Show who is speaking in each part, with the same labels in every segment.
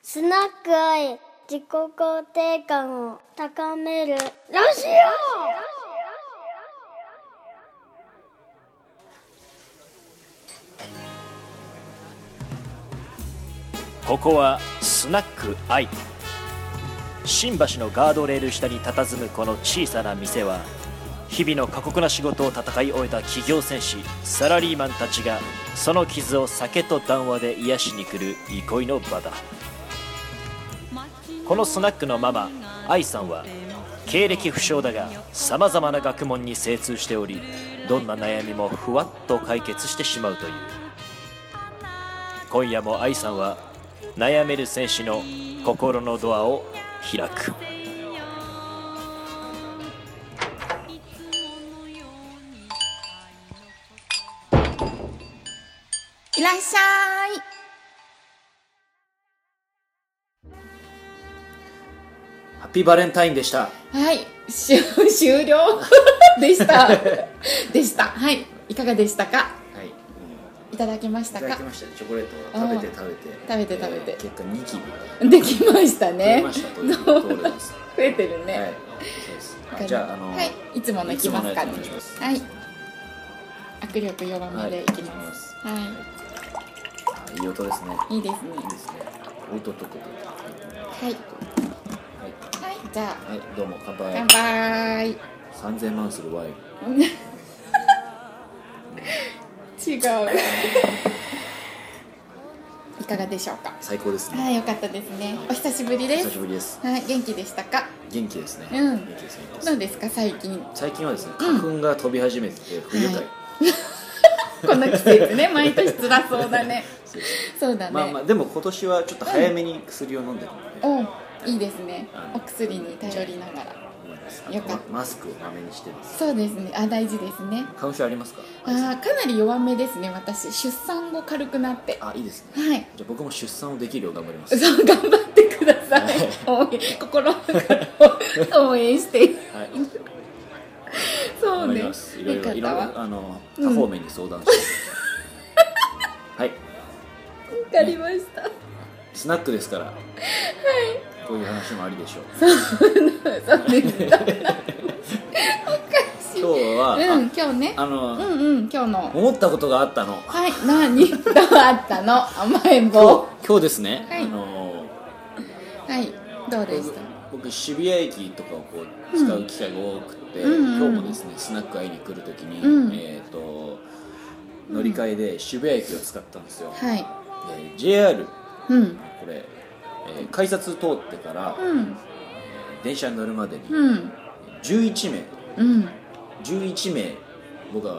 Speaker 1: スナック愛、自己肯定感を高める。ラジ
Speaker 2: ここはスナックアイ新橋のガードレール下に佇むこの小さな店は日々の過酷な仕事を戦い終えた企業戦士サラリーマンたちがその傷を酒と談話で癒しに来る憩いの場だこのスナックのママ愛さんは経歴不詳だがさまざまな学問に精通しておりどんな悩みもふわっと解決してしまうという今夜も愛さんは悩める選手の心のドアを開く
Speaker 3: いらっしゃい。
Speaker 2: ハッピーバレンタインでした
Speaker 3: はい、しゅ終 了 でした。でした。はい、いかがでしたか。
Speaker 4: はい、うん、い
Speaker 3: いただけました
Speaker 4: ただ
Speaker 3: か
Speaker 4: き。ましたねチョコレートを食べて食べて
Speaker 3: 食べて食べて
Speaker 4: えー結果2キロ
Speaker 3: できました
Speaker 4: 増え
Speaker 3: ね
Speaker 4: ま。したというところです
Speaker 3: 増えてるね。
Speaker 4: はいそうですあじゃああの
Speaker 3: はい、いつものいきますか
Speaker 4: い
Speaker 3: ね
Speaker 4: つものやつお願いします。
Speaker 3: はい、握力弱めでいき
Speaker 4: はいいき
Speaker 3: ま
Speaker 4: ますす。
Speaker 3: は
Speaker 4: あいい音ですね
Speaker 3: い、いいですね。
Speaker 4: いいですねおっとっとっとっとは
Speaker 3: はい、
Speaker 4: い
Speaker 3: はい、じゃあ、
Speaker 4: はい、どうも乾杯
Speaker 3: 乾杯。
Speaker 4: 三千万するワイン
Speaker 3: 違う。 いかがでしょうか。
Speaker 4: 最高ですね、
Speaker 3: はい、よかったですね。お久しぶりで
Speaker 4: 久
Speaker 3: す
Speaker 4: し。ぶりです
Speaker 3: はい、元気でしたか。
Speaker 4: 元気ですね、
Speaker 3: うん
Speaker 4: 元気です元気です
Speaker 3: どうですか、最近。
Speaker 4: 最近はですね花粉が飛び始めてて不愉快、
Speaker 3: はいこの季節 ね、毎年辛そうだね。
Speaker 4: そうですね
Speaker 3: そうだね。
Speaker 4: まあまあでも今年はちょっと早めに薬を飲んでるので、
Speaker 3: おういいですね。お薬に頼りながら。
Speaker 4: 思います
Speaker 3: よかった
Speaker 4: マスクをまめにしてます
Speaker 3: そうですね。あ、大事ですね。
Speaker 4: 花粉症ありますか
Speaker 3: あーかなり弱めですね私出産後軽くなっては
Speaker 4: あいいですね
Speaker 3: い
Speaker 4: じゃあ僕も出産をできるよう頑張ります
Speaker 3: そう頑張ってください応援心から応援して
Speaker 4: はい
Speaker 3: そ
Speaker 4: 頑
Speaker 3: う
Speaker 4: 張
Speaker 3: ね
Speaker 4: りますいろい
Speaker 3: よか
Speaker 4: ろ
Speaker 3: っ
Speaker 4: い
Speaker 3: た
Speaker 4: ろい
Speaker 3: わ
Speaker 4: ろあの多方面に相 談して、はい
Speaker 3: 分かりました
Speaker 4: スナックですから、こういう話もありでしょう
Speaker 3: そうですね
Speaker 4: 今日は、
Speaker 3: うん今日ね
Speaker 4: ああの、
Speaker 3: うんうん今日の
Speaker 4: 思ったことがあったの
Speaker 3: はい何どうあったの甘えん
Speaker 4: 今
Speaker 3: 坊
Speaker 4: 日今日ですね、
Speaker 3: はい
Speaker 4: あのー
Speaker 3: はいどうでし
Speaker 4: 僕
Speaker 3: た
Speaker 4: 僕渋谷駅とかをこう使う機会が多くて、
Speaker 3: うんうんうん
Speaker 4: 今日もですねスナック会いに来るときに、
Speaker 3: うん
Speaker 4: えっ、と乗り換えで渋谷駅を使ったんですよ、
Speaker 3: はい
Speaker 4: で JR
Speaker 3: うん
Speaker 4: これ、えー改札通ってから、
Speaker 3: うん
Speaker 4: 電車に乗るまでに
Speaker 3: うん
Speaker 4: 11名
Speaker 3: うん
Speaker 4: 11名僕はあ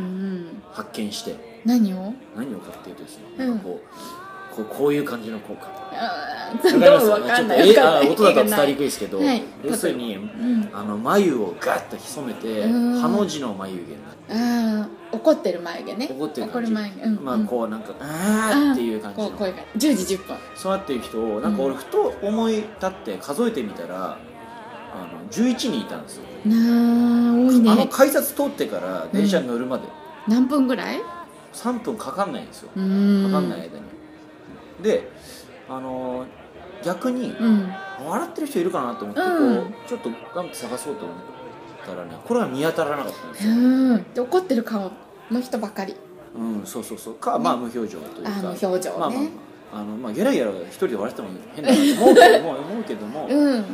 Speaker 4: の
Speaker 3: うん
Speaker 4: 発見して
Speaker 3: 何を
Speaker 4: 何をかっていうとですね、
Speaker 3: うん
Speaker 4: なんかこうこうこういう感じの効果
Speaker 3: あ
Speaker 4: わかります
Speaker 3: ーどうわかんない
Speaker 4: ちょっとえあ
Speaker 3: わかんない
Speaker 4: 音だと伝わりにくいですけど、
Speaker 3: はい
Speaker 4: 要するに、
Speaker 3: ん
Speaker 4: あの眉をガッと潜めて、
Speaker 3: うん
Speaker 4: ハの字の眉毛になって
Speaker 3: ああ怒ってる眉毛ね
Speaker 4: 怒ってる
Speaker 3: 怒
Speaker 4: 感
Speaker 3: る
Speaker 4: じ
Speaker 3: 眉毛、うん
Speaker 4: まあ
Speaker 3: うん
Speaker 4: こうなんか、あーっていう感じ
Speaker 3: こう
Speaker 4: の
Speaker 3: 声が10時10分
Speaker 4: そうなってる人をなんか俺ふと思い立って数えてみたらあの11人いたんですよ、
Speaker 3: なあ多い
Speaker 4: あの
Speaker 3: ね
Speaker 4: 改札通ってから電車に乗るまで
Speaker 3: 何分ぐらい
Speaker 4: 3分かかんないんですよ、
Speaker 3: う
Speaker 4: か
Speaker 3: ーん
Speaker 4: かんない間にであの逆に、
Speaker 3: うん
Speaker 4: 笑ってる人いるかなと思ってこう、
Speaker 3: うん
Speaker 4: ちょっと頑張って探そうと思ったらねこれは見当たらなかったんですよ、
Speaker 3: うんで怒ってる顔の人ばかり
Speaker 4: うん、そうそうそうか、まあ無表情というか
Speaker 3: あー無表情ね
Speaker 4: まあまああのまあ、ゲラゲラ一人で笑っても変だなと思うけども思うけども、ま
Speaker 3: うん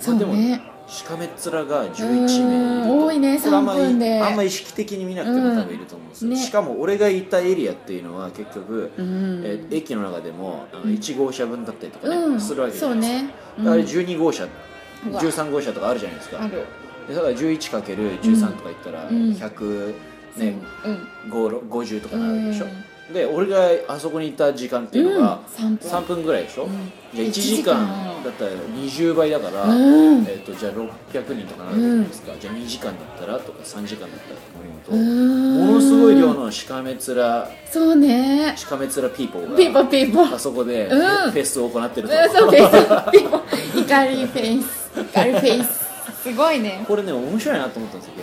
Speaker 3: そ
Speaker 4: あ、
Speaker 3: う
Speaker 4: でも
Speaker 3: ね
Speaker 4: しかめっ面が
Speaker 3: う
Speaker 4: 11名
Speaker 3: ん多いね
Speaker 4: それあんまり
Speaker 3: 三分で
Speaker 4: あんまり意識的に見なくても多分いると思うんですよ、
Speaker 3: うんね
Speaker 4: しかも俺がいたエリアっていうのは結局、
Speaker 3: うん
Speaker 4: え駅の中でもあの1号車分だったりとかね、
Speaker 3: うん
Speaker 4: するわけじゃ
Speaker 3: そう
Speaker 4: ないですか、
Speaker 3: ねう
Speaker 4: あれ
Speaker 3: ん
Speaker 4: 12号車
Speaker 3: うわ
Speaker 4: 13号車とかあるじゃないですか
Speaker 3: ある
Speaker 4: でだから 11×13 とか言ったら
Speaker 3: うん
Speaker 4: 100、
Speaker 3: そう
Speaker 4: ね
Speaker 3: うん
Speaker 4: 5 50とか
Speaker 3: う
Speaker 4: なる
Speaker 3: ん
Speaker 4: でしょ、で俺があそこにいた時間っていうのが
Speaker 3: うん3
Speaker 4: 3分ぐらいでしょ、
Speaker 3: ん
Speaker 4: じゃあ1
Speaker 3: 1
Speaker 4: 時
Speaker 3: 時
Speaker 4: 間
Speaker 3: 間
Speaker 4: だったら20倍だから、
Speaker 3: うん
Speaker 4: えっとじゃあ600人とかなるじゃないですか、じゃあ2時間だったらとか3時間だったらとか思うと、
Speaker 3: うん
Speaker 4: ものすごい量のしかめ面
Speaker 3: そうね
Speaker 4: しかめ面ピーポーが
Speaker 3: ピーポーピーポー
Speaker 4: あそこでフ
Speaker 3: うん
Speaker 4: ェスを行ってると、
Speaker 3: うんそうです。でも怒りフェイス、怒りフェイス、すごいね。
Speaker 4: これね面白いなと思ったんですよ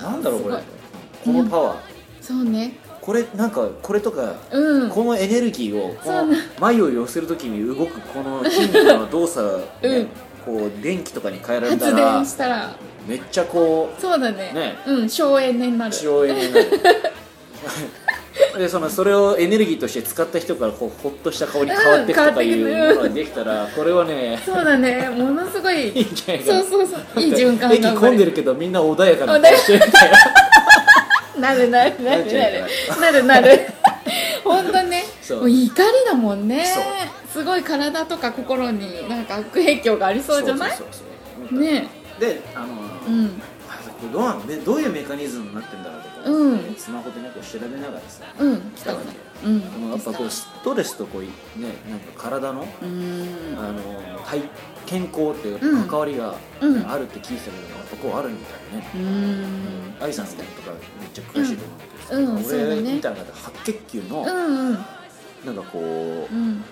Speaker 4: 逆になんだろうこれ
Speaker 3: す
Speaker 4: このパワー、
Speaker 3: そうね。
Speaker 4: これなんかこれとか、
Speaker 3: うん
Speaker 4: このエネルギーをこ
Speaker 3: そう
Speaker 4: の眉を寄せるときに動くこの筋肉の動作、ねこう電気とかに変えられた
Speaker 3: 発
Speaker 4: ら
Speaker 3: 電したら
Speaker 4: めっちゃこ
Speaker 3: そうだね
Speaker 4: ね
Speaker 3: うん省エネにな
Speaker 4: う
Speaker 3: る
Speaker 4: 省エネになるでそのそれをエネルギーとして使った人からこうほっとした顔に変わっていくとかいう
Speaker 3: うん変わっていく
Speaker 4: ものができたらこれは ね
Speaker 3: そうだねものすごい
Speaker 4: いいんじゃないか
Speaker 3: そ
Speaker 4: な
Speaker 3: うそうそういい循環が
Speaker 4: 駅
Speaker 3: 生ま
Speaker 4: 混ん
Speaker 3: れ
Speaker 4: で
Speaker 3: る
Speaker 4: るけどみんな穏やかな顔してるみたいな
Speaker 3: なるなるなる
Speaker 4: なっちゃう
Speaker 3: なるな るなる本当ね
Speaker 4: そう
Speaker 3: もう怒りだもんね
Speaker 4: そう
Speaker 3: すごい体とか心になんか悪影響があり そうじゃない
Speaker 4: そうそうそうそう
Speaker 3: ね
Speaker 4: であの、
Speaker 3: うん
Speaker 4: あこれどうなのねどういうメカニズムになってんだろうとか、
Speaker 3: うん
Speaker 4: スマホでなんか調べながらさ、
Speaker 3: うん来たかなうん
Speaker 4: でもやっぱこうストレスとこういねなんか体の、
Speaker 3: うーん
Speaker 4: あの体健康っていう関わりが
Speaker 3: うん
Speaker 4: あるって聞いてたけど、やっぱこうあるみたいね
Speaker 3: うーん
Speaker 4: 愛さんとかめっちゃ詳しいと思
Speaker 3: うん
Speaker 4: う
Speaker 3: うん
Speaker 4: けど、
Speaker 3: そうだ
Speaker 4: 俺
Speaker 3: ね
Speaker 4: みたいな方白血球の、
Speaker 3: うんうん
Speaker 4: なんかこう、
Speaker 3: うん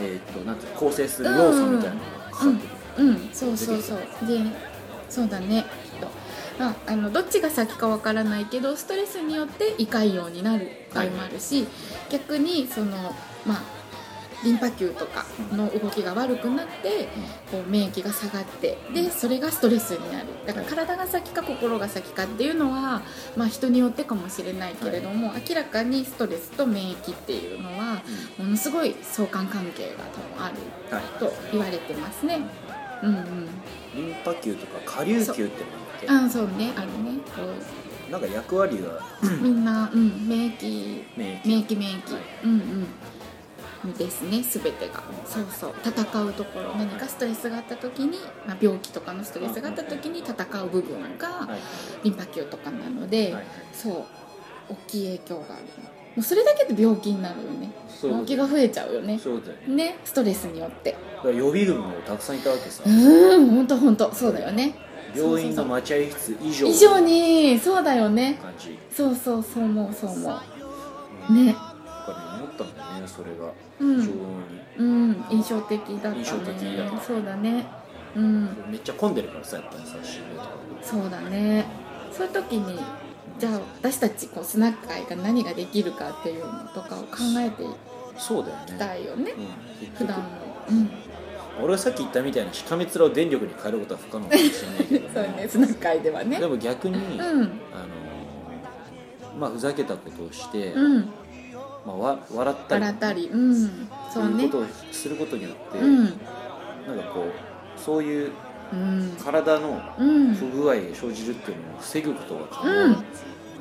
Speaker 4: えーっとなんていうの構成する要素みたいなのがかかってる、
Speaker 3: うんそうそうそうでそうだねきっとああのどっちが先かわからないけどストレスによって胃潰瘍になる場合もあるし、逆にそのまあリンパ球とかの動きが悪くなってこう免疫が下がってでそれがストレスになるだから体が先か心が先かっていうのは、まあ、人によってかもしれないけれども、明らかにストレスと免疫っていうのはものすごい相関関係が多分ある
Speaker 4: はい
Speaker 3: と言われてますね。うんうん。
Speaker 4: リンパ球とか下流球ってなんだっけ
Speaker 3: あそうね、あるね。こ う
Speaker 4: なんか役割が
Speaker 3: みんな、うん、免疫、
Speaker 4: 免疫
Speaker 3: 免疫、免疫。うんうん。ですね、すべてが。そうそう。戦うところ、何かストレスがあった時に、まあ、病気とかのストレスがあった時に戦う部分
Speaker 4: は
Speaker 3: が
Speaker 4: い
Speaker 3: リンパ球とかなので、
Speaker 4: はいはい
Speaker 3: そう、大きい影響がある。もうそれだけで病気になるよね。
Speaker 4: そういうこと
Speaker 3: 病気が増えちゃうよね。
Speaker 4: そうだよね
Speaker 3: ね、ストレスによって。
Speaker 4: だから予備軍もたくさんいたわけさ
Speaker 3: うーん、本当本当そうだよね。
Speaker 4: 病院の待合室以上
Speaker 3: 以上にそうだよね
Speaker 4: 感じ
Speaker 3: そうそうそう思うそう思う
Speaker 4: ね
Speaker 3: ね
Speaker 4: だからね思ったんだよねそれが
Speaker 3: うん
Speaker 4: 非常に、
Speaker 3: うん印象的だったね
Speaker 4: 印象的だった
Speaker 3: そうだねうん
Speaker 4: めっちゃ混んでるからさやっぱりさ仕事とか
Speaker 3: そうだねそういう時にじゃあ私たちこうスナック会が何ができるかっていうのとかを考えてい
Speaker 4: そうだよ
Speaker 3: き
Speaker 4: ね
Speaker 3: たいよね
Speaker 4: うん、
Speaker 3: 普
Speaker 4: 結局
Speaker 3: 段もうん
Speaker 4: 俺はさっき言ったみたいにしかめ面を電力に変えることは不可能かもしれないけど、
Speaker 3: そうねスナック会ではね
Speaker 4: でも逆に、
Speaker 3: う
Speaker 4: あ
Speaker 3: ん
Speaker 4: のまあふざけたことをして、
Speaker 3: うん
Speaker 4: まあ、わ笑ったり
Speaker 3: 笑ったりうん
Speaker 4: そ
Speaker 3: そうう
Speaker 4: いう
Speaker 3: ね
Speaker 4: ことをすることによって、
Speaker 3: うん
Speaker 4: なんかこうそういう
Speaker 3: うん
Speaker 4: 体の
Speaker 3: うん
Speaker 4: 不具合が生じるっていうのを防ぐことが可能、
Speaker 3: うん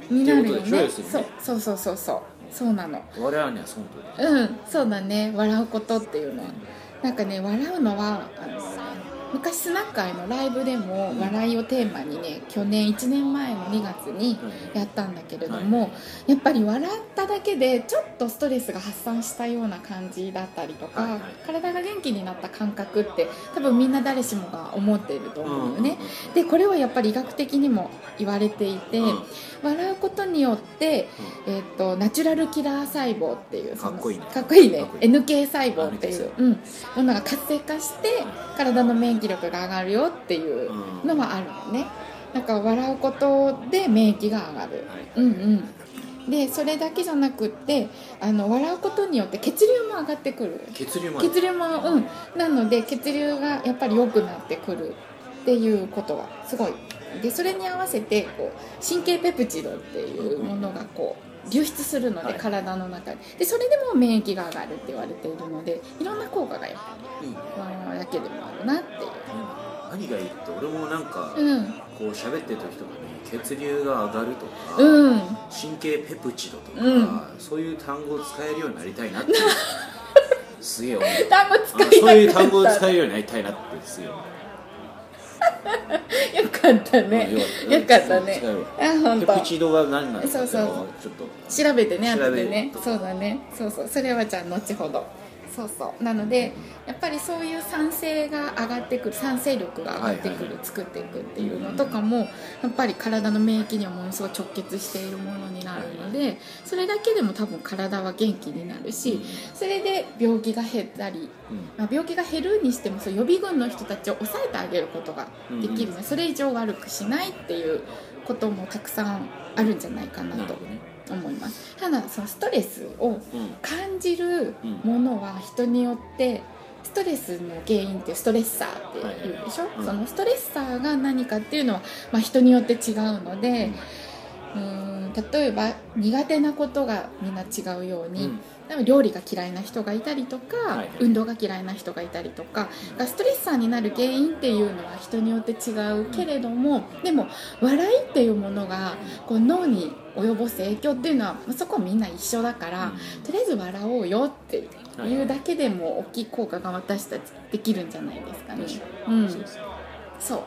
Speaker 3: になるよ
Speaker 4: っていうことでしょ
Speaker 3: ね
Speaker 4: 要するにね
Speaker 3: そうそうそうそうそうそうなの
Speaker 4: 我々にはそのとり
Speaker 3: うんそうだね笑うことっていうのはなんかね笑うのはあの昔スナック会のライブでも笑いをテーマにね去年1年前の2月にやったんだけれども、やっぱり笑っただけでちょっとストレスが発散したような感じだったりとか、
Speaker 4: はいはい
Speaker 3: 体が元気になった感覚って多分みんな誰しもが思っていると思うよね、
Speaker 4: で、
Speaker 3: でこれはやっぱり医学的にも言われていて、
Speaker 4: うん
Speaker 3: 笑うことによって、えっとナチュラルキラー細胞っていうその
Speaker 4: かっこいいね
Speaker 3: かっこいいね
Speaker 4: かっこいい
Speaker 3: NK 細胞っていう、うん、ものが活性化して体の免疫力が上がるよっていう
Speaker 4: うん
Speaker 3: のはあるのねなんか笑うことで免疫が上が
Speaker 4: は
Speaker 3: る、
Speaker 4: い
Speaker 3: うんうんでそれだけじゃなくってあの笑うことによって血流も上がってくる
Speaker 4: 血流もある
Speaker 3: 血流もうんなので血流がやっぱり良くなってくるっていうことはすごいでそれに合わせてこう神経ペプチドっていうものがこう流出するので、
Speaker 4: はい
Speaker 3: 体の中にでそれでも免疫が上がるって言われているのでいろんな効果がやっぱ
Speaker 4: いいね
Speaker 3: り我々だけでもあるなっていう
Speaker 4: 何がいいって俺もなんか、
Speaker 3: うん
Speaker 4: こう喋ってる時とかに血流が上がるとか、
Speaker 3: うん
Speaker 4: 神経ペプチドとか、
Speaker 3: う
Speaker 4: そういう単語を使えるようになりたいなって すげえ思う
Speaker 3: 単語
Speaker 4: あのそう
Speaker 3: 使
Speaker 4: い
Speaker 3: いうたくな
Speaker 4: 単語を
Speaker 3: った
Speaker 4: 使えるようになりたいなってすげえ思う
Speaker 3: よかったね
Speaker 4: うん
Speaker 3: よかったね
Speaker 4: 使える
Speaker 3: あ本
Speaker 4: ペ
Speaker 3: 当。
Speaker 4: プチドが何なのかってい
Speaker 3: そう
Speaker 4: の
Speaker 3: そう
Speaker 4: をちょっと
Speaker 3: 調べてね
Speaker 4: 調べる
Speaker 3: 後でね
Speaker 4: と
Speaker 3: そうだねそうそうそれはじゃあ後ほどそうそうなのでやっぱりそういう酸性が上がってくる酸性力が上がってくる、
Speaker 4: はいはい
Speaker 3: 作っていくっていうのとかもやっぱり体の免疫にはものすごい直結しているものになるのでそれだけでも多分体は元気になるしそれで病気が減ったり
Speaker 4: うん
Speaker 3: まあ、病気が減るにしてもそう予備軍の人たちを抑えてあげることができるので、それ以上悪くしないっていうこともたくさんあるんじゃないかな
Speaker 4: なる
Speaker 3: と
Speaker 4: ほどね
Speaker 3: 思いますただそのストレスを
Speaker 4: うん
Speaker 3: 感じるものは人によってストレスの原因ってストレッサーって言うでしょ、
Speaker 4: いうん
Speaker 3: そのストレッサーが何かっていうのは、まあ、人によって違うので、うーん例えば苦手なことがみんな違うように、でも料理が嫌いな人がいたりとか、
Speaker 4: はいはい
Speaker 3: 運動が嫌いな人がいたりとかがストレッサーになる原因っていうのは人によって違うけれどもでも笑いっていうものがこう脳に及ぼす影響っていうのはまあそこはみんな一緒だから、とりあえず笑おうよっていうだけでも大きい効果が私たちできるんじゃないですかね。うん、
Speaker 4: そうですね
Speaker 3: そう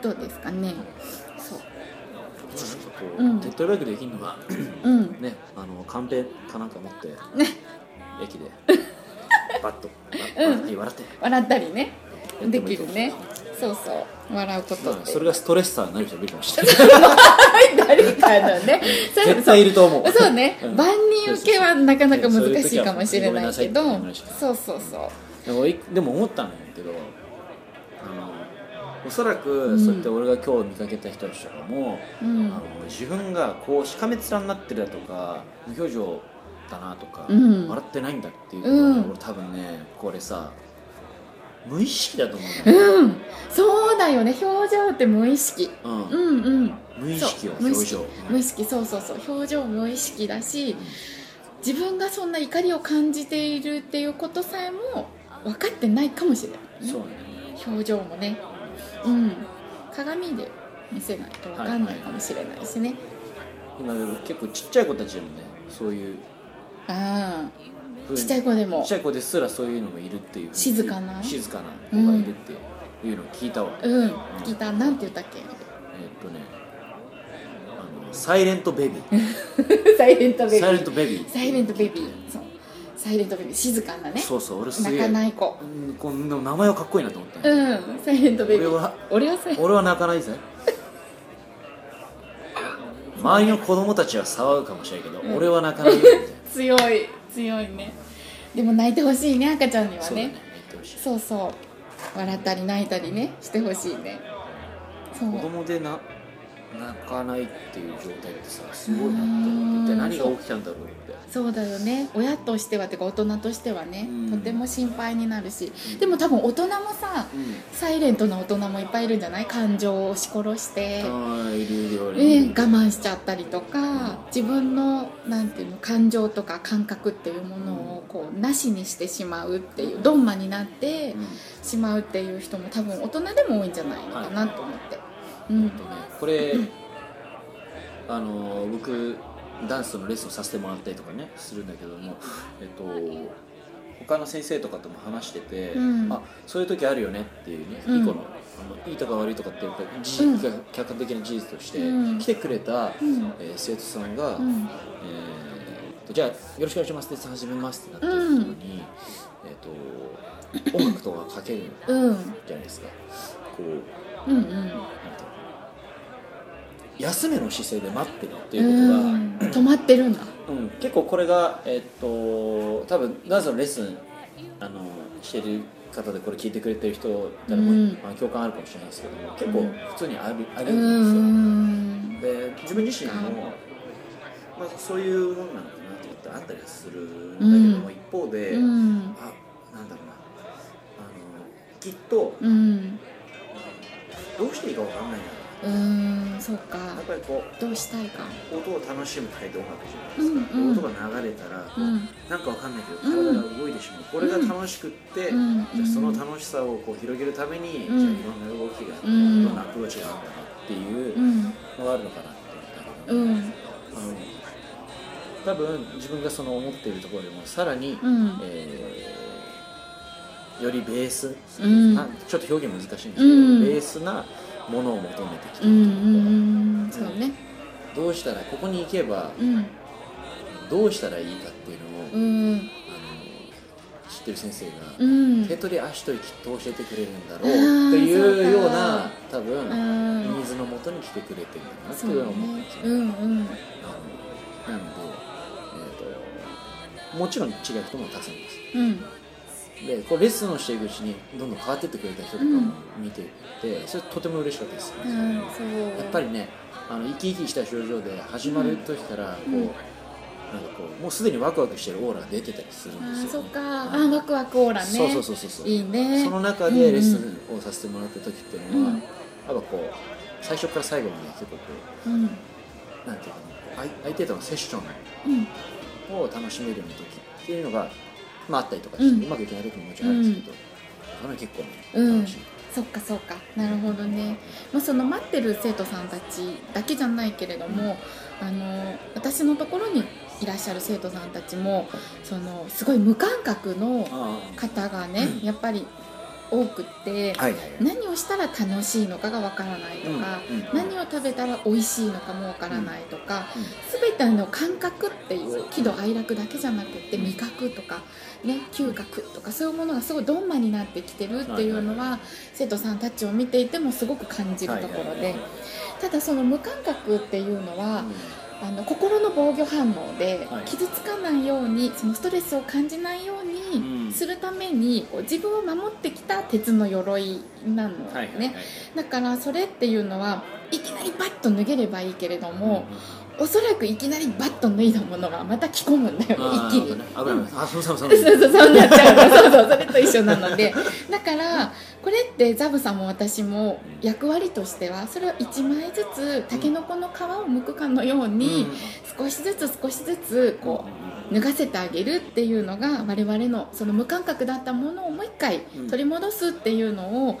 Speaker 3: どうですかね。そう
Speaker 4: う
Speaker 3: うん
Speaker 4: ん、手っ取り早くできるのが
Speaker 3: うん
Speaker 4: ねあのカンペかなんか持って、駅 でバッとバッて笑って、
Speaker 3: 笑ったりね
Speaker 4: やって
Speaker 3: で
Speaker 4: もい
Speaker 3: き
Speaker 4: いと
Speaker 3: る
Speaker 4: 思う
Speaker 3: ねそうそう笑うこと
Speaker 4: ま
Speaker 3: っ
Speaker 4: あ
Speaker 3: て
Speaker 4: それがストレッサーになる人もいるかもしれない
Speaker 3: 誰かの ねそれ
Speaker 4: 絶対いると思う
Speaker 3: そうね
Speaker 4: うん
Speaker 3: 万人受けはなかなか難しいかもしれないけど
Speaker 4: そういう時はごめんなさいって
Speaker 3: そうそうそう
Speaker 4: でもいでも思ったんだけどあのおそらくそうやって俺が今日見かけた人たちとかも、
Speaker 3: うん
Speaker 4: あの自分がこうしかめ面になってるだとか無表情だなとか、
Speaker 3: うん
Speaker 4: 笑ってないんだっていうのがね
Speaker 3: うん
Speaker 4: 俺多分ねこれさ無意識だと思うんだよ、
Speaker 3: うんそうだよね表情って無意識
Speaker 4: うん
Speaker 3: うんうん
Speaker 4: 無意識は
Speaker 3: そう
Speaker 4: 表
Speaker 3: 無意識
Speaker 4: 情
Speaker 3: 無意識そうそうそう表情無意識だし自分がそんな怒りを感じているっていうことさえも分かってないかもしれない、ね
Speaker 4: そうね
Speaker 3: 表情もねうん鏡で見せないと分かんないかもしれないしね、
Speaker 4: 今でも結構ちっちゃい子たちでもねそういう
Speaker 3: あ
Speaker 4: ふう
Speaker 3: あ
Speaker 4: に
Speaker 3: ちっちゃい子で
Speaker 4: ち
Speaker 3: も
Speaker 4: っちゃい子ですらそういうのもいるっていう
Speaker 3: 静かな
Speaker 4: 静かな子がいるっていうのを聞いたわ、えっ
Speaker 3: うん聞いたなんて言ったっ
Speaker 4: とねあのサイレントベビー
Speaker 3: け サイレントベビー
Speaker 4: サイレントベビー
Speaker 3: サイレントベビーそうサイレントベビー静かなね
Speaker 4: そうそう俺すげ
Speaker 3: 泣
Speaker 4: え
Speaker 3: かない子
Speaker 4: うんこの名前はかっこいいなと思った
Speaker 3: う
Speaker 4: ね、
Speaker 3: んサイレントベビー
Speaker 4: 俺は
Speaker 3: 俺はサイレント
Speaker 4: 俺は泣かないぜ周りの子供たちは騒ぐかもしれないけど、俺は泣かないよ
Speaker 3: 強い強いねでも泣いてほしいね赤ちゃんには
Speaker 4: そうだね
Speaker 3: ね
Speaker 4: 言ってほしい
Speaker 3: そうそう笑ったり泣いたりねしてほしいねそう
Speaker 4: 子供でな泣かないっていう状態ってさすごいなって思って一体何が起きたんだろうって
Speaker 3: そうだよね親としてはてか大人としてはね、
Speaker 4: うん
Speaker 3: とても心配になるし、
Speaker 4: うん
Speaker 3: でも多分大人もさ、
Speaker 4: うん
Speaker 3: サイレントな大人もいっぱいいるんじゃない感情を押し殺して、
Speaker 4: ああいるいるよ
Speaker 3: ね、我慢しちゃったりとか自分のなんていうの感情とか感覚っていうものをこうなしにしてしまうっていうドンマになって
Speaker 4: うん
Speaker 3: しまうっていう人も多分大人でも多いんじゃないのかなと思って、うん
Speaker 4: とねこれあのー僕ダンスのレッスンをさせてもらったりとかねするんだけどもえっと他の先生とかとも話してて、
Speaker 3: うん
Speaker 4: あそういう時あるよねっていうね、
Speaker 3: うん
Speaker 4: いい子のあのいいとか悪いとかってやっぱり事実、客観的な事実として、
Speaker 3: うん
Speaker 4: 来てくれた、
Speaker 3: うん
Speaker 4: えー生徒さんが、
Speaker 3: うん
Speaker 4: えーとじゃあよろしくお願いしますって始めますってなった時に、えー、と音楽とかかける
Speaker 3: うん
Speaker 4: じゃないですかこう
Speaker 3: うんうん
Speaker 4: なんていうの休めの姿勢で待ってるって
Speaker 3: う
Speaker 4: いうことが、うん
Speaker 3: ん止まってるんだ
Speaker 4: 結構これがえっと多分ダンスのレッスンあのしてる方でこれ聞いてくれてる人だらも、
Speaker 3: うん
Speaker 4: まあ、共感あるかもしれないですけども結
Speaker 3: うん
Speaker 4: 構普通にある,、あ
Speaker 3: う
Speaker 4: るん
Speaker 3: ん
Speaker 4: ですよで自分自身
Speaker 3: う
Speaker 4: も
Speaker 3: ん、
Speaker 4: まあ、そういうもんなのかなと思ってあったりはするんだけども、
Speaker 3: うん
Speaker 4: 一方で、
Speaker 3: うん
Speaker 4: あなんだろうなあのきっと
Speaker 3: うん
Speaker 4: どうしていいかわかんないな
Speaker 3: うんそうか
Speaker 4: やっぱりこう
Speaker 3: どうしたいか
Speaker 4: 音を楽しむ態度音楽じゃないです
Speaker 3: うん
Speaker 4: か、
Speaker 3: うん
Speaker 4: 音が流れたら、
Speaker 3: うん
Speaker 4: なんかわかんないけど
Speaker 3: う
Speaker 4: 体
Speaker 3: ん
Speaker 4: が動いてしまう、これが楽しくって、
Speaker 3: うん
Speaker 4: じゃあその楽しさをこう広げるために、
Speaker 3: うん
Speaker 4: じゃあいろんな動きがあって、
Speaker 3: うん
Speaker 4: いろんなアプローチがあるんだなっていううんのがあるのかなって思ったけ
Speaker 3: う
Speaker 4: ど、
Speaker 3: ん
Speaker 4: あの多分自分がその思っているところよりもさらに、
Speaker 3: うん
Speaker 4: えーよりベース、
Speaker 3: うん
Speaker 4: あちょっと表現難しいんですけど、
Speaker 3: うん
Speaker 4: ベースなものを求めてきた、
Speaker 3: うんうんそうね
Speaker 4: どうしたらここに行けば
Speaker 3: うん
Speaker 4: どうしたらいいかっていうのを、
Speaker 3: う
Speaker 4: あの
Speaker 3: ん
Speaker 4: 知ってる先生が、
Speaker 3: うん
Speaker 4: 手取り足取りきっと教えてくれるんだろう
Speaker 3: あー
Speaker 4: っていうよう
Speaker 3: そ
Speaker 4: な
Speaker 3: うか
Speaker 4: 多分
Speaker 3: う
Speaker 4: ニ
Speaker 3: ん
Speaker 4: ーズのもとに来てくれてるんだなって
Speaker 3: そ
Speaker 4: いう
Speaker 3: う
Speaker 4: のを思っ
Speaker 3: ね
Speaker 4: てます、
Speaker 3: うんうん
Speaker 4: あのなので、えー、ともちろん違う人もたくさんいます
Speaker 3: うん
Speaker 4: でこれレッスンをしていくうちにどんどん変わってってくれた人とかも見ていって、それとても嬉しかったです、
Speaker 3: うんそう
Speaker 4: やっぱりねあの生き生きした表情で始まる時からこう、
Speaker 3: うん
Speaker 4: なんかこうもうすでにワクワクしてるオーラが出てたりする
Speaker 3: あ
Speaker 4: ん
Speaker 3: ー
Speaker 4: です
Speaker 3: そ
Speaker 4: よ、
Speaker 3: っ
Speaker 4: ね、
Speaker 3: か、
Speaker 4: は
Speaker 3: あーワクワクオーラね
Speaker 4: そうそうそうそうそう
Speaker 3: いいね
Speaker 4: その中でレッス
Speaker 3: うん
Speaker 4: ンをさせてもらった時っていうのは、
Speaker 3: うん
Speaker 4: やっぱこう最初から最後まで結構こ
Speaker 3: うん、うん
Speaker 4: うなんていうかな相相手とのセッション
Speaker 3: うん
Speaker 4: を楽しめるような時っていうのが、まあ、あったりとかして、う
Speaker 3: うん
Speaker 4: まくいかない時ももちろんあるんですけど、それは結構
Speaker 3: う
Speaker 4: ね
Speaker 3: ん
Speaker 4: 楽しい、
Speaker 3: そっかそっかなるほどね、まあ、その待ってる生徒さんたちだけじゃないけれども、あの私のところにいらっしゃる生徒さんたちもそのすごい無感覚の
Speaker 4: ああ
Speaker 3: 方がね、やっぱり多くって、
Speaker 4: はいはいはい
Speaker 3: 何をしたら楽しいのかがわからないとか、
Speaker 4: うんうん
Speaker 3: 何を食べたら美味しいのかもわからないとか、
Speaker 4: うん
Speaker 3: 全ての感覚っていう喜怒哀楽だけじゃなくって味覚とか、ね、嗅覚とかそういうものがすごいドンマになってきてるっていうのは、生徒さんたちを見ていてもすごく感じるところ
Speaker 4: は
Speaker 3: で、
Speaker 4: いはいはい
Speaker 3: ただその無感覚っていうのは、
Speaker 4: うん
Speaker 3: あの心の防御反応で
Speaker 4: はい
Speaker 3: 傷つかないようにそのストレスを感じないよう
Speaker 4: う
Speaker 3: に
Speaker 4: ん
Speaker 3: するためにこう自分を守ってきた鉄の鎧なのね、
Speaker 4: はいはいはい
Speaker 3: だからそれっていうのはいきなりバッと脱げればいいけれども、
Speaker 4: うん
Speaker 3: おそらくいきなりバッと脱いだものがまた着込むんだよね
Speaker 4: ああ
Speaker 3: 一気に。
Speaker 4: 危ない危ないあそうそうそう
Speaker 3: そうそうそうなっちゃうのそうそうそれと一緒なのでだからこれってザブさんも私も役割としてはそれを1枚ずつタケノコの皮を剥くかのように少しずつ少しずつこう脱がせてあげるっていうのが我々のその無感覚だったものをもう一回取り戻すっていうのを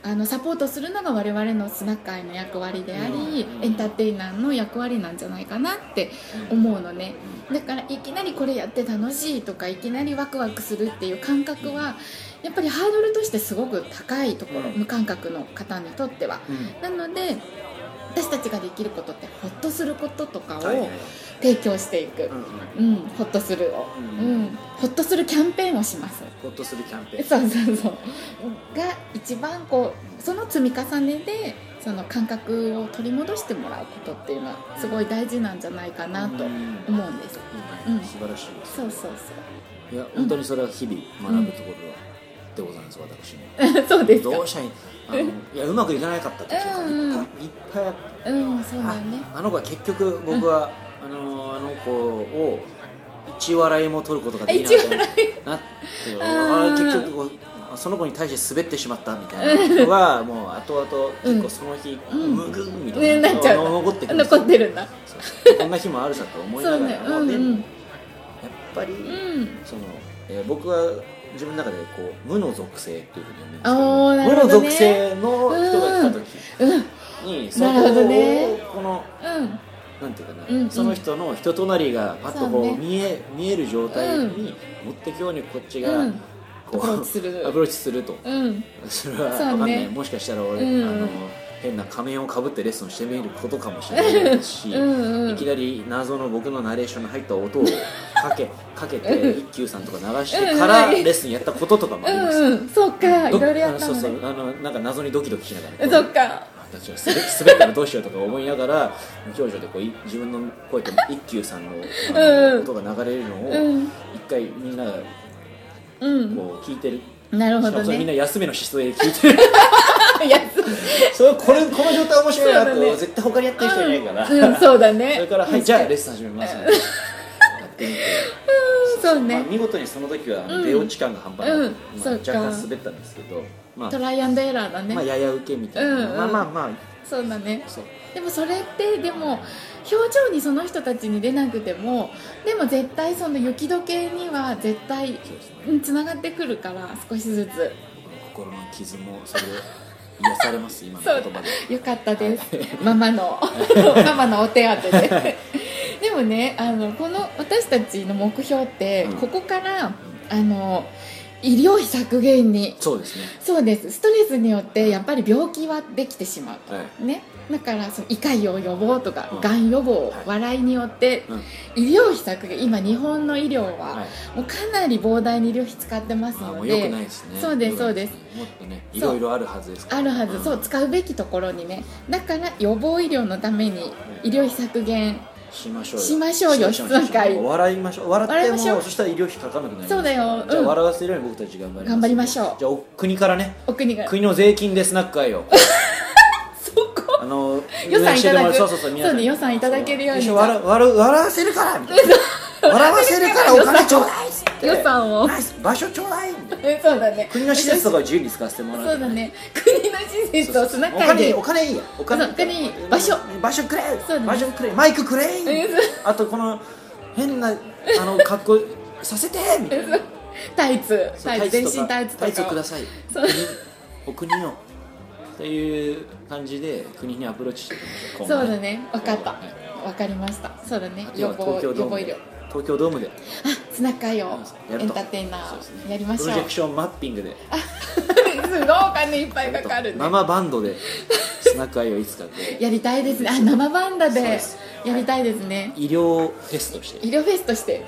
Speaker 3: あのサポートするのが我々のスナッカーの役割であり
Speaker 4: うん
Speaker 3: エンターテイナーの役割なんじゃないかなって思うのねだからいきなりこれやって楽しいとかいきなりワクワクするっていう感覚はやっぱりハードルとしてすごく高いところ
Speaker 4: うん
Speaker 3: 無感覚の方にとっては。
Speaker 4: うん
Speaker 3: なので私たちができることってホッとすることとかを
Speaker 4: はいはい
Speaker 3: 提供していく
Speaker 4: う、んうん
Speaker 3: うん、ホッとするを、
Speaker 4: うん
Speaker 3: うん、ホッとするキャンペーンをします
Speaker 4: ホッとするキャンペーン
Speaker 3: そうそうそうが一番こうその積み重ねでその感覚を取り戻してもらうことっていうのはすごい大事なんじゃないかなと
Speaker 4: うん
Speaker 3: 思
Speaker 4: いいね
Speaker 3: うんです、うん
Speaker 4: 素晴らしいです
Speaker 3: そうそう
Speaker 4: いや本当にそれは日々学ぶところでございます私も
Speaker 3: そう そうですか
Speaker 4: どうしたらいいあのいやうまくいかなかった時とか
Speaker 3: うんうん
Speaker 4: いっぱいあって
Speaker 3: うんそうだ
Speaker 4: あ
Speaker 3: よね
Speaker 4: あの子は結局僕はあのあの子を一笑いも取ることができなかったなっていう
Speaker 3: あ
Speaker 4: あ
Speaker 3: ー
Speaker 4: 結局こうその子に対して滑ってしまったみたいなのはもう後々結構その日
Speaker 3: うん
Speaker 4: むぐんみた
Speaker 3: ね
Speaker 4: いな
Speaker 3: なっちゃう
Speaker 4: 残ってくるんです
Speaker 3: 残
Speaker 4: よ
Speaker 3: ってるんだ
Speaker 4: そうそうこんな日もあるさと思いな
Speaker 3: そう
Speaker 4: が
Speaker 3: ね
Speaker 4: ら
Speaker 3: う
Speaker 4: も
Speaker 3: ん
Speaker 4: で
Speaker 3: う
Speaker 4: も
Speaker 3: ん
Speaker 4: やっぱり
Speaker 3: うん
Speaker 4: そのえー僕は自分の中でこう無の属性っていうふうに呼んでるんですけ
Speaker 3: おーなる
Speaker 4: 無
Speaker 3: ほ
Speaker 4: の
Speaker 3: どね
Speaker 4: 属性の人が来た時
Speaker 3: うん
Speaker 4: にそ
Speaker 3: なるほどね
Speaker 4: こをこの
Speaker 3: うん
Speaker 4: なんていうかな、
Speaker 3: うんうん
Speaker 4: その人の人となりがパッと
Speaker 3: そ
Speaker 4: こう
Speaker 3: うね
Speaker 4: 見え見える状態に持っていくようにこっちが
Speaker 3: うん
Speaker 4: こう、
Speaker 3: アプローチす る
Speaker 4: アプローチすると、
Speaker 3: うん
Speaker 4: それは
Speaker 3: そう
Speaker 4: わ
Speaker 3: ね
Speaker 4: かんない、もしかしたら俺、
Speaker 3: うん
Speaker 4: あの変な仮面をかぶってレッスンしてみることかもしれないですし
Speaker 3: うんうん
Speaker 4: いきなり謎の僕のナレーションの入った音をか けかけて一休さんとか流してからレッスンやったこととかもあ
Speaker 3: う
Speaker 4: ります、
Speaker 3: んうんそうか
Speaker 4: ど
Speaker 3: いろいろやった
Speaker 4: あのそうそ
Speaker 3: のね
Speaker 4: うあのなんか謎にドキドキしながらこう
Speaker 3: そっか
Speaker 4: 私は滑滑ったらどうしようとか思いながら無表情でこうい自分の声と一休さんのあの
Speaker 3: うん
Speaker 4: 音が流れるの
Speaker 3: う
Speaker 4: を
Speaker 3: ん
Speaker 4: 一回みんながこ
Speaker 3: うん
Speaker 4: う聞いてる、
Speaker 3: な
Speaker 4: し
Speaker 3: るほ
Speaker 4: かも
Speaker 3: ど
Speaker 4: それみん
Speaker 3: ね
Speaker 4: な休みの姿勢で 聞いてるそれこれこの状態面白いなと、
Speaker 3: そうだね
Speaker 4: 絶対他にやってる人いないから、
Speaker 3: うん、そうだね。
Speaker 4: それから「はいじゃあレッスン始めます」やってみて
Speaker 3: うんそう
Speaker 4: まあ、
Speaker 3: ね。
Speaker 4: 見事にその時はあの
Speaker 3: うん
Speaker 4: 出落ち感が半端なく、
Speaker 3: う
Speaker 4: ま
Speaker 3: ん
Speaker 4: あ、
Speaker 3: そうか
Speaker 4: 若干滑ったんですけど、まあ
Speaker 3: トライアンドエラーだね。
Speaker 4: まあ、やや受けみたいな、
Speaker 3: うんうん
Speaker 4: まあまあま
Speaker 3: そうだね
Speaker 4: あ。そう
Speaker 3: でもそれってでも表情にその人たちに出なくてもでも絶対その雪解けには絶対
Speaker 4: そうですね
Speaker 3: つながってくるから少しずつ
Speaker 4: 心の傷もそれで癒され ます今の
Speaker 3: そう
Speaker 4: 言葉で
Speaker 3: よかったですママ のママのお手当てで でもねあのこの私たちの目標って、
Speaker 4: うん
Speaker 3: ここからあの医療費削減に
Speaker 4: そうですね
Speaker 3: そうですストレスによってやっぱり病気はできてしまう、
Speaker 4: は
Speaker 3: ね、だからその胃潰瘍予防とか、
Speaker 4: うん
Speaker 3: がん予
Speaker 4: は
Speaker 3: 防、
Speaker 4: い
Speaker 3: 笑いによって、
Speaker 4: うん
Speaker 3: 医療費削減今日本の医療は、
Speaker 4: はい
Speaker 3: もうかなり膨大に医療費使ってます
Speaker 4: あも
Speaker 3: の
Speaker 4: う
Speaker 3: で
Speaker 4: 良くないですね
Speaker 3: そうです
Speaker 4: 良くないもっとねいろいろあるはずですから
Speaker 3: あるはず、
Speaker 4: ん
Speaker 3: そう使うべきところにねだから予防医療のために医療費削減
Speaker 4: しましょう
Speaker 3: しましょうよ
Speaker 4: しましょう
Speaker 3: 質問会
Speaker 4: 笑いましょう笑っ
Speaker 3: 笑い
Speaker 4: て
Speaker 3: ま
Speaker 4: も
Speaker 3: しょう
Speaker 4: そしたら医療費かかんなくなります
Speaker 3: そうだよ
Speaker 4: じゃあ
Speaker 3: うん
Speaker 4: 笑わせるように僕たち頑張ります
Speaker 3: 頑張りましょう
Speaker 4: じゃあお国からね
Speaker 3: お国が
Speaker 4: 国の税金でスナック愛を
Speaker 3: そこ
Speaker 4: あの
Speaker 3: 予算いただく
Speaker 4: そうそうそう皆さん
Speaker 3: そうね予算いただけるように
Speaker 4: 一緒笑笑笑わせる からみたいな笑わせるからお金ちょうだいっつって
Speaker 3: 予算を
Speaker 4: ナイス場所ちょうだいみたいな
Speaker 3: えそうだね
Speaker 4: 国の施設とかを自由に使わせてもらう
Speaker 3: そうだね国の施設とスナック会で
Speaker 4: お金いいやお金いいやお金いい
Speaker 3: そうお金場所
Speaker 4: 場所くれ、
Speaker 3: そうね
Speaker 4: 場所くれマイクくれ
Speaker 3: うん
Speaker 4: あとこの変なあ の格好させてみたいな
Speaker 3: タイツ
Speaker 4: そう
Speaker 3: タイツ全
Speaker 4: とか
Speaker 3: 身タイツと
Speaker 4: タイツをくだ
Speaker 3: か
Speaker 4: さい
Speaker 3: そう
Speaker 4: お国をっていう感じで国にアプローチしていきましょ
Speaker 3: そうだね分かった
Speaker 4: はい
Speaker 3: 分かりましたそうだね
Speaker 4: あと
Speaker 3: 予
Speaker 4: は
Speaker 3: 防
Speaker 4: 東
Speaker 3: 予
Speaker 4: 京ドー
Speaker 3: 防
Speaker 4: ム
Speaker 3: 医療
Speaker 4: で東京ドームで
Speaker 3: スナック会をエ
Speaker 4: やると
Speaker 3: ンターテイナ
Speaker 4: そうです
Speaker 3: ー
Speaker 4: ね
Speaker 3: やりまし
Speaker 4: プ
Speaker 3: ょう
Speaker 4: ロジェクションマッピングです
Speaker 3: ごいお金いっぱいかかるね
Speaker 4: 生バンドでスナック愛をいつかで
Speaker 3: やりたいですねあ生バンダ
Speaker 4: そう
Speaker 3: で
Speaker 4: です
Speaker 3: やりたいですね
Speaker 4: 医療フェスとして
Speaker 3: 医療フェスとして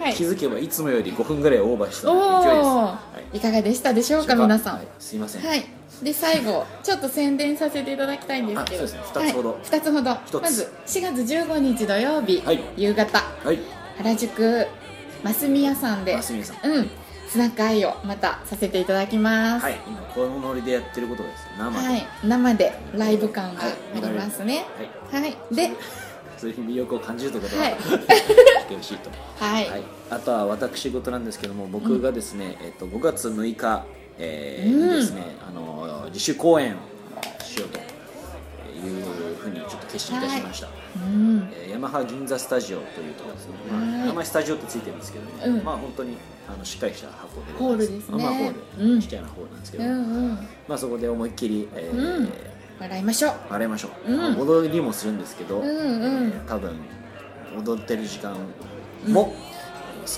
Speaker 3: はい
Speaker 4: 気づけばいつもより5分ぐらいオーバーした
Speaker 3: おお
Speaker 4: 勢いです
Speaker 3: ー
Speaker 4: はい
Speaker 3: いかがでしたでしょう
Speaker 4: し
Speaker 3: か
Speaker 4: ょうか
Speaker 3: 皆さん
Speaker 4: はいすいません
Speaker 3: はいで最後ちょっと宣伝させていただきたいんですけど
Speaker 4: あそうですね二つほど
Speaker 3: はい、2つほど
Speaker 4: 一つ
Speaker 3: まず4月15日土曜日、
Speaker 4: はい
Speaker 3: 夕方
Speaker 4: はい
Speaker 3: 原宿ますみ屋さんで
Speaker 4: ますみやさん
Speaker 3: うんスナック愛をまたさせていただきます
Speaker 4: はい今このノリでやってることがですね生で
Speaker 3: は
Speaker 4: はい
Speaker 3: い生でライブ感がありますね
Speaker 4: はい
Speaker 3: はい、で
Speaker 4: そういう魅力を感じるということは、
Speaker 3: はい
Speaker 4: 来てほしいと
Speaker 3: はい、
Speaker 4: はい、あとは私事なんですけども僕がですね、えっと5月6日、えー
Speaker 3: うん
Speaker 4: にですねあの自主公演をしようというふうにちょっと決心いたしました、
Speaker 3: うん
Speaker 4: えーヤマハ銀座スタジオというところですね、ま
Speaker 3: は
Speaker 4: あ、
Speaker 3: い
Speaker 4: 名前スタジオってついてるんですけども、
Speaker 3: うん
Speaker 4: まあ本当にあのしっかりした箱で
Speaker 3: ホールですね
Speaker 4: まあ、ホール、
Speaker 3: うん
Speaker 4: ちっちゃいなホールなんですけ
Speaker 3: う
Speaker 4: ど、
Speaker 3: んうん
Speaker 4: まあ、そこで思いっきり、えー
Speaker 3: うん笑いましょう
Speaker 4: 笑いましょう、
Speaker 3: うん
Speaker 4: 踊りもするんですけど、
Speaker 3: うんうん
Speaker 4: えー多分踊ってる時間も、えー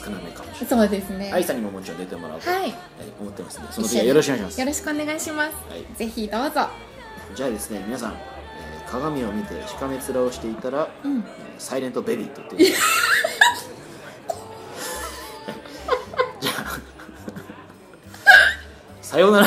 Speaker 4: 少なめかもしれない
Speaker 3: そうですね
Speaker 4: 愛さんにももちろん出てもらおうと、
Speaker 3: はい
Speaker 4: 思ってますのでその時はよろしくお願いします
Speaker 3: よろしくお願いします、
Speaker 4: はい
Speaker 3: ぜひどうぞ
Speaker 4: じゃあですね皆さん、えー鏡を見てしかめ面をしていたら、
Speaker 3: う
Speaker 4: え
Speaker 3: ん
Speaker 4: ーサイレントベビーって言ってくださ いじゃあ さようなら